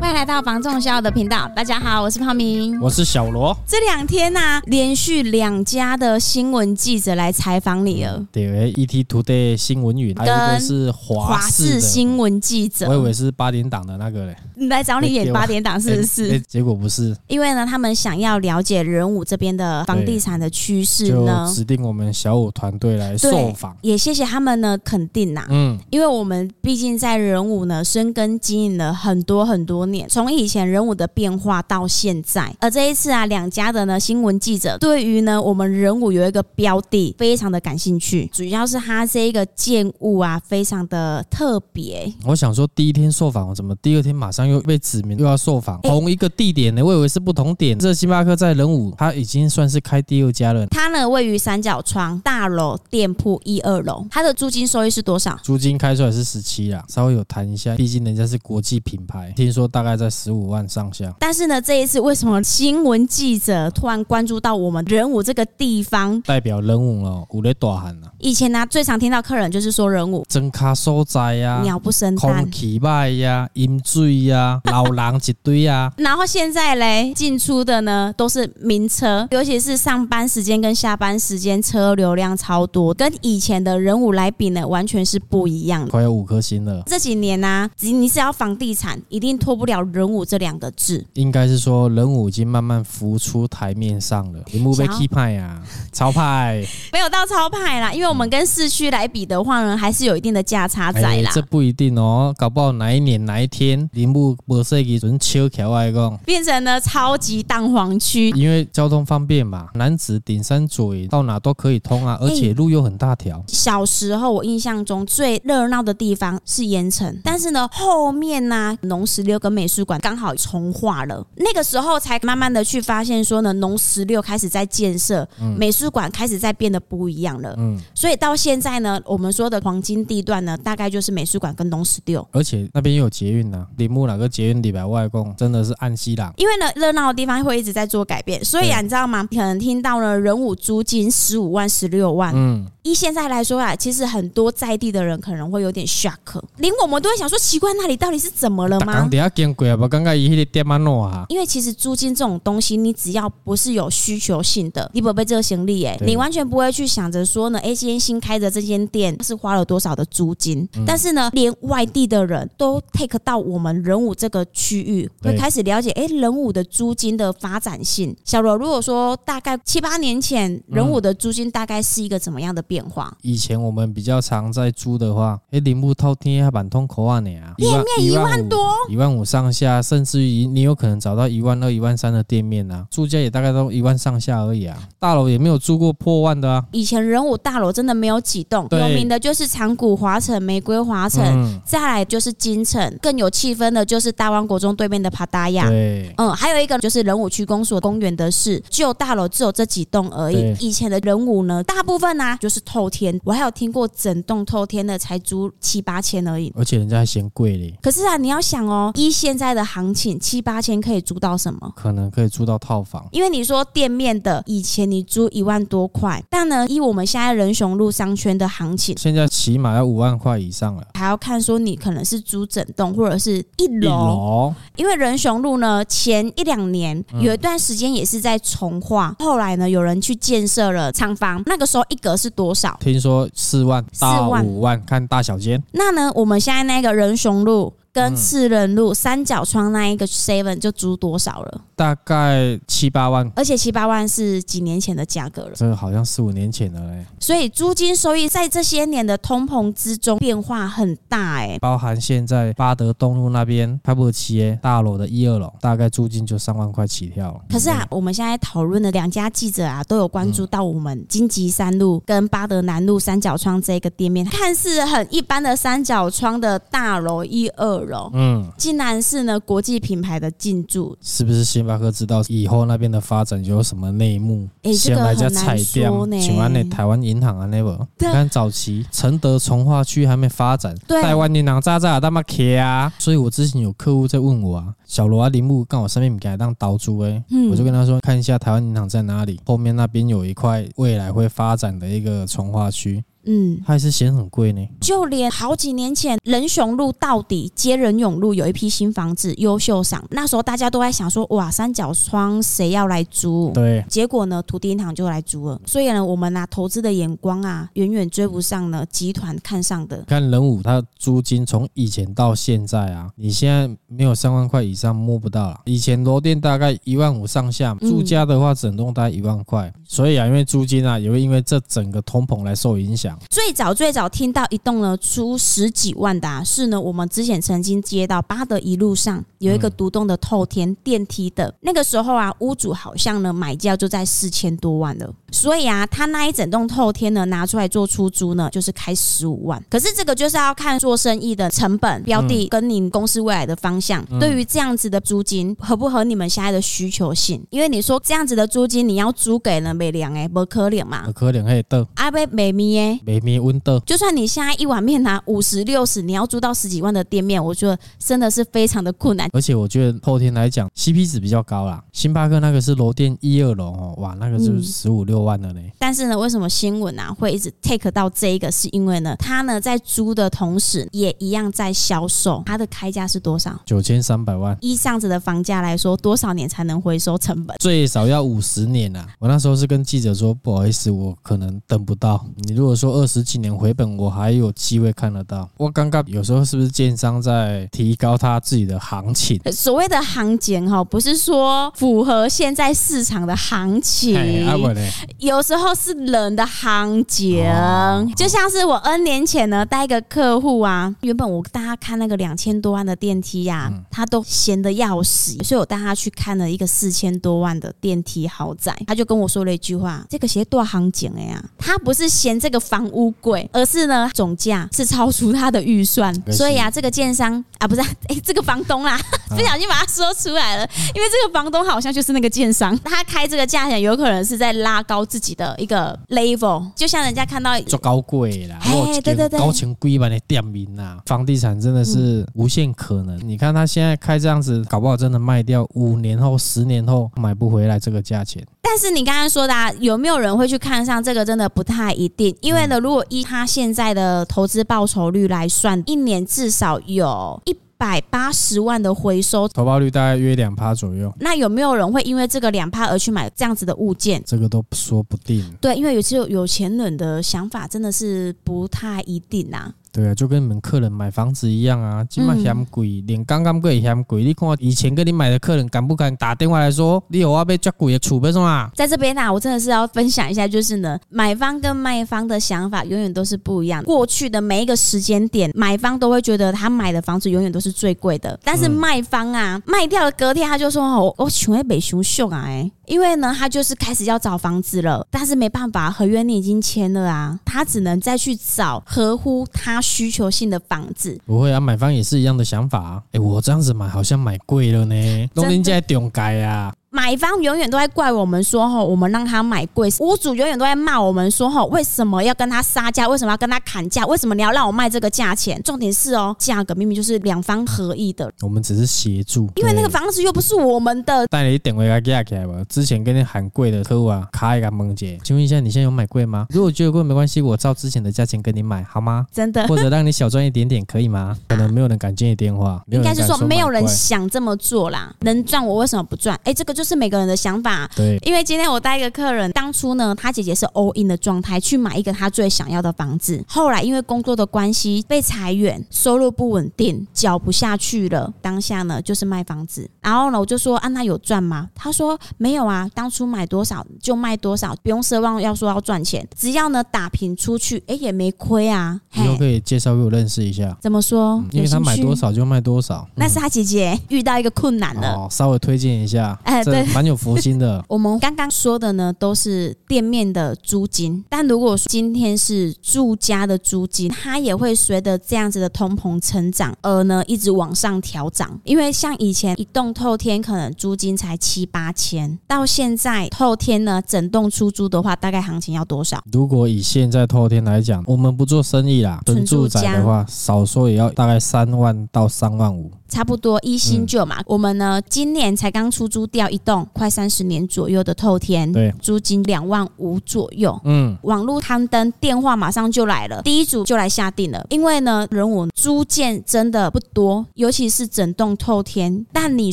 欢迎来到房仲肖的频道，大家好，我是胖明。我是小罗。这两天呢、连续两家的新闻记者来采访你了，对，ET Today 新闻云，还有一个是华视视的新闻记我以者，为是八点档的那个嘞，你来找你演给我八点档是不是？诶诶结果不是，因为呢，他们想要了解人武这边的房地产的趋势就呢，指定我们小五团队来对受访。也谢谢他们呢肯定呐、嗯，因为我们毕竟在人武呢深耕经营了很多很多年，从以前人武的变化到现在，而这一次啊，两家的呢新闻记者对于呢我们人武有一个标的非常的感兴趣，主要是它这一个建物啊非常的特别，我想说第一天受访，我怎么第二天马上又被指名又要受访，诶同一个地点呢？我以为是不同点。这星巴克在仁武，它已经算是开第二家了，它呢位于三角窗大楼店铺一二楼，它的租金收益是多少？租金开出来是十七啦，稍微有谈一下，毕竟人家是国际品牌，听说大概在十五万上下。但是呢，这一次为什么新闻记者突然关注到我们人武这个地方？代表仁武哦，五雷大喊啊，以前呢、最常听到客人就是说人武真卡所在呀，鸟不生蛋空，气歹呀、饮水呀、 老人一堆啊呀、然后现在嘞进出的呢都是名车，尤其是上班时间跟下班时间车流量超多，跟以前的人武来比呢完全是不一样的。快要五颗星了。这几年呢、只你只要房地产，一定脱不了人武这两个字。应该是说，人物已经慢慢浮出台面上了。荧幕被想要 key 派呀、超派，没有到超派啦，因为我们跟市区来比的话呢，还是有一定的价差在啦。哎这不一定哦，搞不好哪一年哪一天，荧幕不设计准秋桥来讲，变成了超级蛋黄区。因为交通方便嘛，南子顶山嘴到哪都可以通哎啊，而且路又很大条。小时候我印象中最热闹的地方是盐城，但是呢后面呢、农十六跟美术馆刚好重化了，那个时候才慢慢的去发现说呢农十六开始在建设，美术馆开始在变得不一样了。嗯，所以到现在呢，我们说的黄金地段呢，大概就是美术馆跟农十六。而且那边也有捷运呐、铃木哪个捷运里边外公真的是按西朗。因为呢，热闹的地方会一直在做改变，所以啊，对你知道吗？可能听到呢，人武租金十五万、十六万，嗯，依现在来说啊，其实很多在地的人可能会有点 shock，连我们都会想说，奇怪，那里到底是怎么了大吗刚？底下经过啊，无感觉伊迄个点啊弄啊。因为其实租金这种东西，你只要不是有需求性的，你不会被这个行李哎，对你完全不会去想着说呢，哎，今天新开的这间店是花了多少的租金。但是呢，连外地的人都 take 到我们仁武这个区域，会对开始了解哎，仁武的租金的发展性。小罗，如果说大概七八年前，仁武的租金大概是一个怎么样的变化？以前我们比较常在租的话，诶，铃木套天还板通口岸呢啊，店面一万多，一万五上下，甚至于你有可能找到一万二、一万三的店面啊，住家也大概都一万上下而已啊，大楼也没有住过破万的啊。以前仁武大楼真的没有几栋，对有名的就是长谷华城、玫瑰华城，嗯，再来就是金城，更有气氛的就是大湾国中对面的帕达亚。对，嗯，还有一个就是仁武区公所公园的是旧大楼，只有这几栋而已对。以前的仁武呢，大部分呢、就是透天，我还有听过整栋透天的才租七八千而已。而且人家还嫌贵嘞，可是啊，你要想哦，依现在的行情，七八千可以租到什么？可能可以住到套房。因为你说店面的，以前你租一万多块，但呢，依我们现在仁雄路商圈的行情，现在起码要五万块以上了，还要看说你可能是租整栋或者是一一楼，楼因为仁雄路呢前一两年有一段时间也是在重化，后来呢有人去建设了厂房，那个时候一格是多少？听说四万四到万五万，看大小间。那呢我们现在那个仁雄路跟赤仁路、三角窗那一个 seven 就租多少了？大概七八万，而且七八万是几年前的价格了，这好像四五年前了嘞。所以租金收益在这些年的通膨之中变化很大哎、包含现在巴德东路那边拍不起耶大楼的一二楼，大概租金就三万块起跳了。可是啊，我们现在讨论的两家记者啊，都有关注嗯到我们荆棘山路跟巴德南路三角窗这个店面，看似很一般的三角窗的大楼一二楼，嗯，竟然是呢国际品牌的进驻。是不是星巴克知道以后那边的发展有什么内幕，诶这先个来家很难踩掉说？呢请问你台湾银行啊那个，你对看早期承德从化区还没发展，对啊台湾银行渣渣他妈卡啊！所以我之前有客户在问我啊，小罗啊林木干我身边给他当岛主哎，嗯我就跟他说看一下台湾银行在哪里，后面那边有一块未来会发展的一个从化区，嗯，它还是嫌很贵呢。就连好几年前仁雄路到底接仁永路有一批新房子优秀赏，那时候大家都在想说，哇，三角窗谁要来租？对，结果呢，土地银行就来租了。所以呢，我们拿、投资的眼光啊，远远追不上呢集团看上的。看人武它租金从以前到现在啊，你现在没有三万块以上摸不到了。以前楼店大概一万五上下，嗯住家的话整栋大概一万块，所以啊，因为租金啊也会因为这整个通膨来受影响。最早最早听到一栋呢出十几万的、啊，是呢我们之前曾经接到八德一路上有一个独栋的透天电梯的，那个时候啊屋主好像呢买价就在四千多万了，所以啊他那一整栋透天呢拿出来做出租呢就是开十五万，可是这个就是要看做生意的成本标的跟你公司未来的方向，对于这样子的租金合不合你们现在的需求性？因为你说这样子的租金你要租给呢美良哎不可怜嘛，可能会得阿贝美咪耶。没米温的，就算你现在一碗面拿五十六十，你要租到十几万的店面，我觉得真的是非常的困难。而且我觉得后天来讲，CP 值比较高啦。星巴克那个是楼店一二楼哦，哇，那个就是嗯十五六万了呢。但是呢，为什么新闻啊会一直 take 到这一个？是因为呢，它呢在租的同时，也一样在销售，它的开价是多少？九千三百万，依这样子的房价来说，多少年才能回收成本？最少要五十年啊！我那时候是跟记者说，不好意思，我可能等不到。你如果说二十几年回本，我还有机会看得到。我尴尬，有时候是不是建商在提高他自己的行情？所谓的行情哈，不是说符合现在市场的行情，哎，阿文嘞，有时候是人的行情哦，就像是我 N 年前呢带一个客户啊，原本我带他看那个两千多万的电梯呀、他都闲得要死，所以我带他去看了一个四千多万的电梯豪宅，他就跟我说了一句话：“这个鞋多行情哎呀，他不是嫌这个房屋贵，而是呢总价是超出他的预算，可惜所以啊这个建商啊不 是啊哎、这个房东啦，不小心把他说出来了，因为这个房东好像就是那个建商，他开这个价钱有可能是在拉高自己的一个 level，就像人家看到做高贵啦，嘿我对对对嗯高情贵版的店名呐，房地产真的是无限可能。你看他现在开这样子，搞不好真的卖掉，五年后、十年后买不回来这个价钱。但是你刚刚说的、啊，有没有人会去看上这个？真的不太一定，因为呢，如果依他现在的投资报酬率来算，一年至少有一百八十万的回收。投报率大概约两趴左右，那有没有人会因为这个两趴而去买这样子的物件？这个都说不定。对，因为有时候有钱人的想法真的是不太一定啊。对啊，就跟你们客人买房子一样啊，今麦嫌嗯贵，连刚刚贵也嫌贵。你看以前跟你买的客人敢不敢打电话来说，你有要被抓鬼的储备什么？在这边呢、我真的是要分享一下，就是呢，买方跟卖方的想法永远都是不一样。过去的每一个时间点，买方都会觉得他买的房子永远都是最贵的，但是卖方啊，卖掉了隔天他就说：“哦，我请问北熊秀啊、欸，因为呢，他就是开始要找房子了，但是没办法，合约你已经签了啊，他只能再去找合乎他需求性的房子。不会啊，买方也是一样的想法、啊。哎，我这样子买好像买贵了呢，弄人家中改啊。买方永远都在怪我们说吼，我们让他买贵；屋主永远都在骂我们说吼，为什么要跟他杀价？为什么要跟他砍价？为什么你要让我卖这个价钱？重点是哦，价格明明就是两方合意的，我们只是协助，因为那个对房子又不是我们的。带你点回来架起来吧。之前跟你喊贵的客户啊，卡一个萌姐，请问一下，你现在有买贵吗？如果觉得贵没关系，我照之前的价钱跟你买 好吗？真的，或者让你小赚一点点，可以吗？可能没有人敢接你电话，没有应人该是敢说没有买人贵想这么做啦。能赚我为什么不赚？哎，这个就是每个人的想法、啊对，因为今天我带一个客人，当初呢，他姐姐是 all in 的状态去买一个他最想要的房子，后来因为工作的关系被裁员，收入不稳定，缴不下去了，当下呢就是卖房子。然后呢，我就说啊，那有赚吗？他说没有啊，当初买多少就卖多少，不用奢望要说要赚钱，只要呢打平出去，哎也没亏啊。以后嘿，可以介绍给我认识一下。怎么说？因为他买多有兴趣？少就卖多少，那是他姐姐遇到一个困难了。哦，稍微推荐一下，哎这对蛮有福 。星的我们刚刚说的呢，都是店面的租金，但如果说今天是住家的租金，它也会随着这样子的通膨成长而呢一直往上调涨。因为像以前一栋透天可能租金才七八千，到现在透天呢整栋出租的话，大概行情要多少？如果以现在透天来讲，我们不做生意啦，纯纯住住宅家的话，少说也要大概三万到三万五。差不多一嗯新旧嘛。我们呢今年才刚出租掉一栋快三十年左右的透天，对，租金两万五左右。嗯，网络刊登，电话马上就来了，第一组就来下定了。因为呢，人我租件真的不多，尤其是整栋透天。但你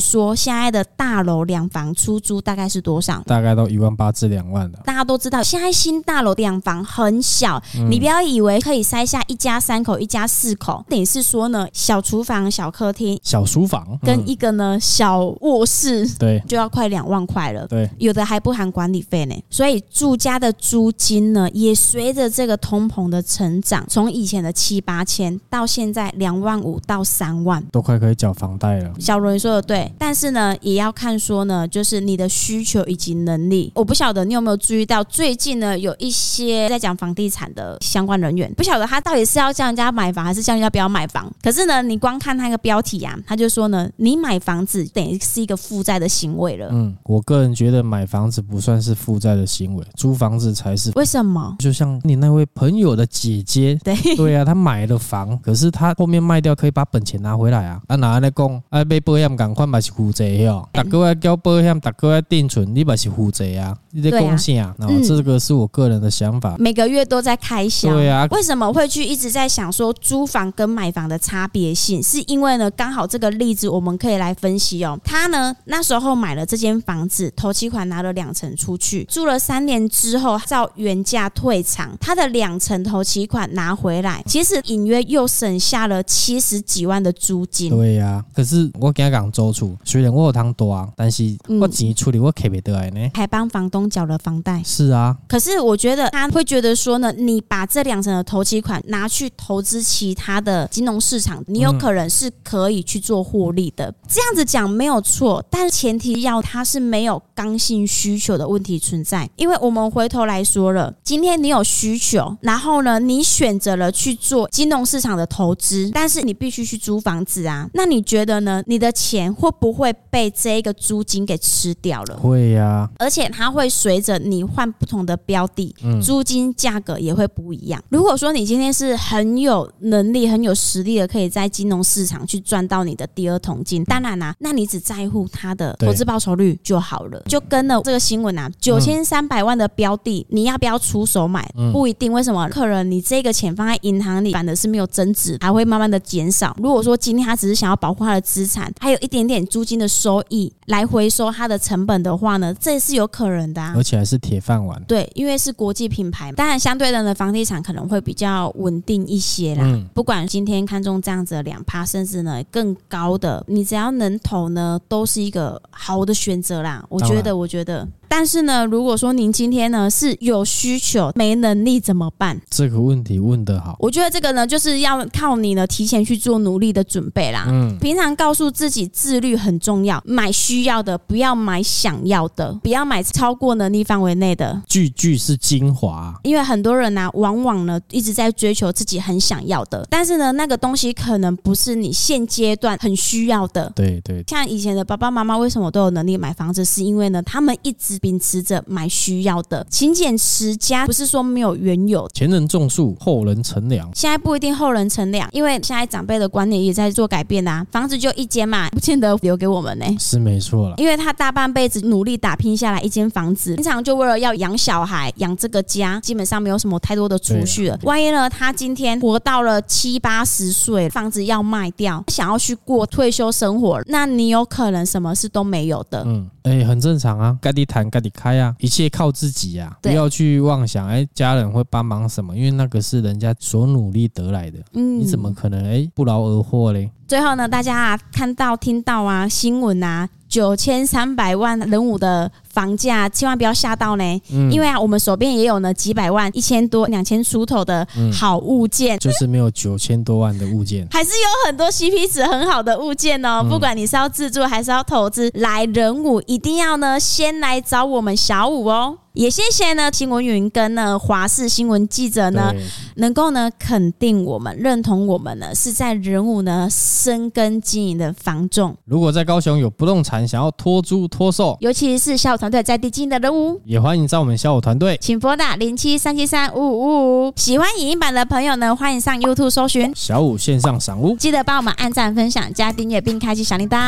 说现在的大楼两房出租大概是多少？大概到一万八至两万的，大家都知道，现在新大楼两房很小，嗯你不要以为可以塞下一家三口、一家四口，等于是说呢，小厨房、小客厅小书房跟嗯一个呢小卧室对就要快两万块了。嗯对，有的还不含管理费呢。所以住家的租金呢，也随着这个通膨的成长，从以前的七八千到现在两万五到三万。都快可以缴房贷了。小伦说的对，但是呢，也要看说呢，就是你的需求以及能力。我不晓得你有没有注意到，最近呢有一些在讲房地产的相关人员，不晓得他到底是要叫人家买房，还是叫人家不要买房。可是呢，你光看他那个标题啊，他就说呢，你买房子等于是一个负债的行为了。嗯，我个人觉得买房子不算是负债的行为，租房子才是。为什么？就像你那位朋友的姐姐，对， 对啊，她买了房，可是她后面卖掉可以把本钱拿回来啊。啊，哪安尼讲，啊买保险赶快嘛是负债哟，嗯大哥要交保险，大哥要定存，你嘛是负债啊。你在讲啥？那、嗯这个是我个人的想法。 每个月都在开销。对啊，为什么会去一直在想说租房跟买房的差别性？是因为呢，刚好这个例子我们可以来分析哦。他呢那时候买了这间房子，头期款拿了两成出去，住了三年之后照原价退场，他的两成头期款拿回来，嗯其实隐约又省下了七十几万的租金。对呀、可是我今讲租厝，虽然我有通大，但是嗯我钱处理我摕袂倒来呢。还帮房东缴了房贷，是啊，可是我觉得他会觉得说呢，你把这两成的投期款拿去投资其他的金融市场，你有可能是可以去做获利的。这样子讲没有错，但前提要它是没有刚性需求的问题存在。因为我们回头来说了，今天你有需求，然后呢，你选择了去做金融市场的投资，但是你必须去租房子啊。那你觉得呢？你的钱会不会被这个租金给吃掉了？会啊呀、而且它会随着你换不同的标的，嗯租金价格也会不一样。如果说你今天是很有能力、很有实力的，可以在金融市场去赚到你的第二桶金，当然啦、啊那你只在乎它的对投资报酬率就好了。就跟了这个新闻啊，九千三百万的标的，你要不要出手买？不一定，为什么？客人你这个钱放在银行里，反而是没有增值，还会慢慢的减少。如果说今天他只是想要保护他的资产，还有一点点租金的收益来回收他的成本的话呢，这也是有可能的啊。而且还是铁饭碗。对，因为是国际品牌，当然相对的呢，房地产可能会比较稳定一些啦。嗯不管今天看中这样子的两趴，甚至呢更高的，你只要能投呢，都是一个好的选择啦。我当觉然得，我觉得。但是呢，如果说您今天呢是有需求没能力怎么办？这个问题问得好。我觉得这个呢，就是要靠你呢提前去做努力的准备啦。嗯，平常告诉自己自律很重要，买需要的，不要买想要的，不要买超过能力范围内的。句句是精华。啊因为很多人呢、往往呢一直在追求自己很想要的，但是呢，那个东西可能不是你现阶段很需要的。对对，像以前的爸爸妈妈为什么都有能力买房子，是因为呢，他们一直秉持着买需要的，勤俭持家，不是说没有缘由。前人种树，后人乘凉。现在不一定后人乘凉，因为现在长辈的观念也在做改变啊。房子就一间嘛，不见得留给我们呢、是没错了，因为他大半辈子努力打拼下来一间房子，平常就为了要养小孩、养这个家，基本上没有什么太多的储蓄啊了。万一呢，他今天活到了七八十岁，房子要卖掉，想要去过退休生活，那你有可能什么事都没有的。嗯，哎、很正常啊，该地谈该地开啊，一切靠自己啊，不对要去妄想哎、家人会帮忙什么，因为那个是人家所努力得来的，嗯你怎么可能哎、不劳而 获嘞？最后呢，大家啊看到、听到啊新闻啊，九千三百万人五的房价，千万不要吓到呢，嗯因为啊我们手边也有呢几百万、一千多、两千出头的嗯好物件。就是没有九千多万的物件，还是有很多 CP 值很好的物件哦，不管你是要自住还是要投资，来人五一定要呢先来找我们小五哦。也谢谢呢新闻云跟呢华视新闻记者呢对，能够呢肯定我们认同我们呢是在人五呢深耕经营的房仲，如果在高雄有不动产想要托租托售，尤其是校团队在地经营的人物。也欢迎找我们小五团队。请拨打零七三七三五五五五。喜欢影音版的朋友呢，欢迎上 YouTube 搜寻，小五线上赏屋，记得帮我们按赞、分享、加订阅，并开启小铃铛，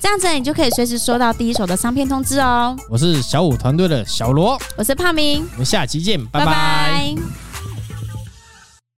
这样子你就可以随时收到第一手的商片通知哦。我是小五团队的小罗，我是胖明，我们下期见，拜拜拜拜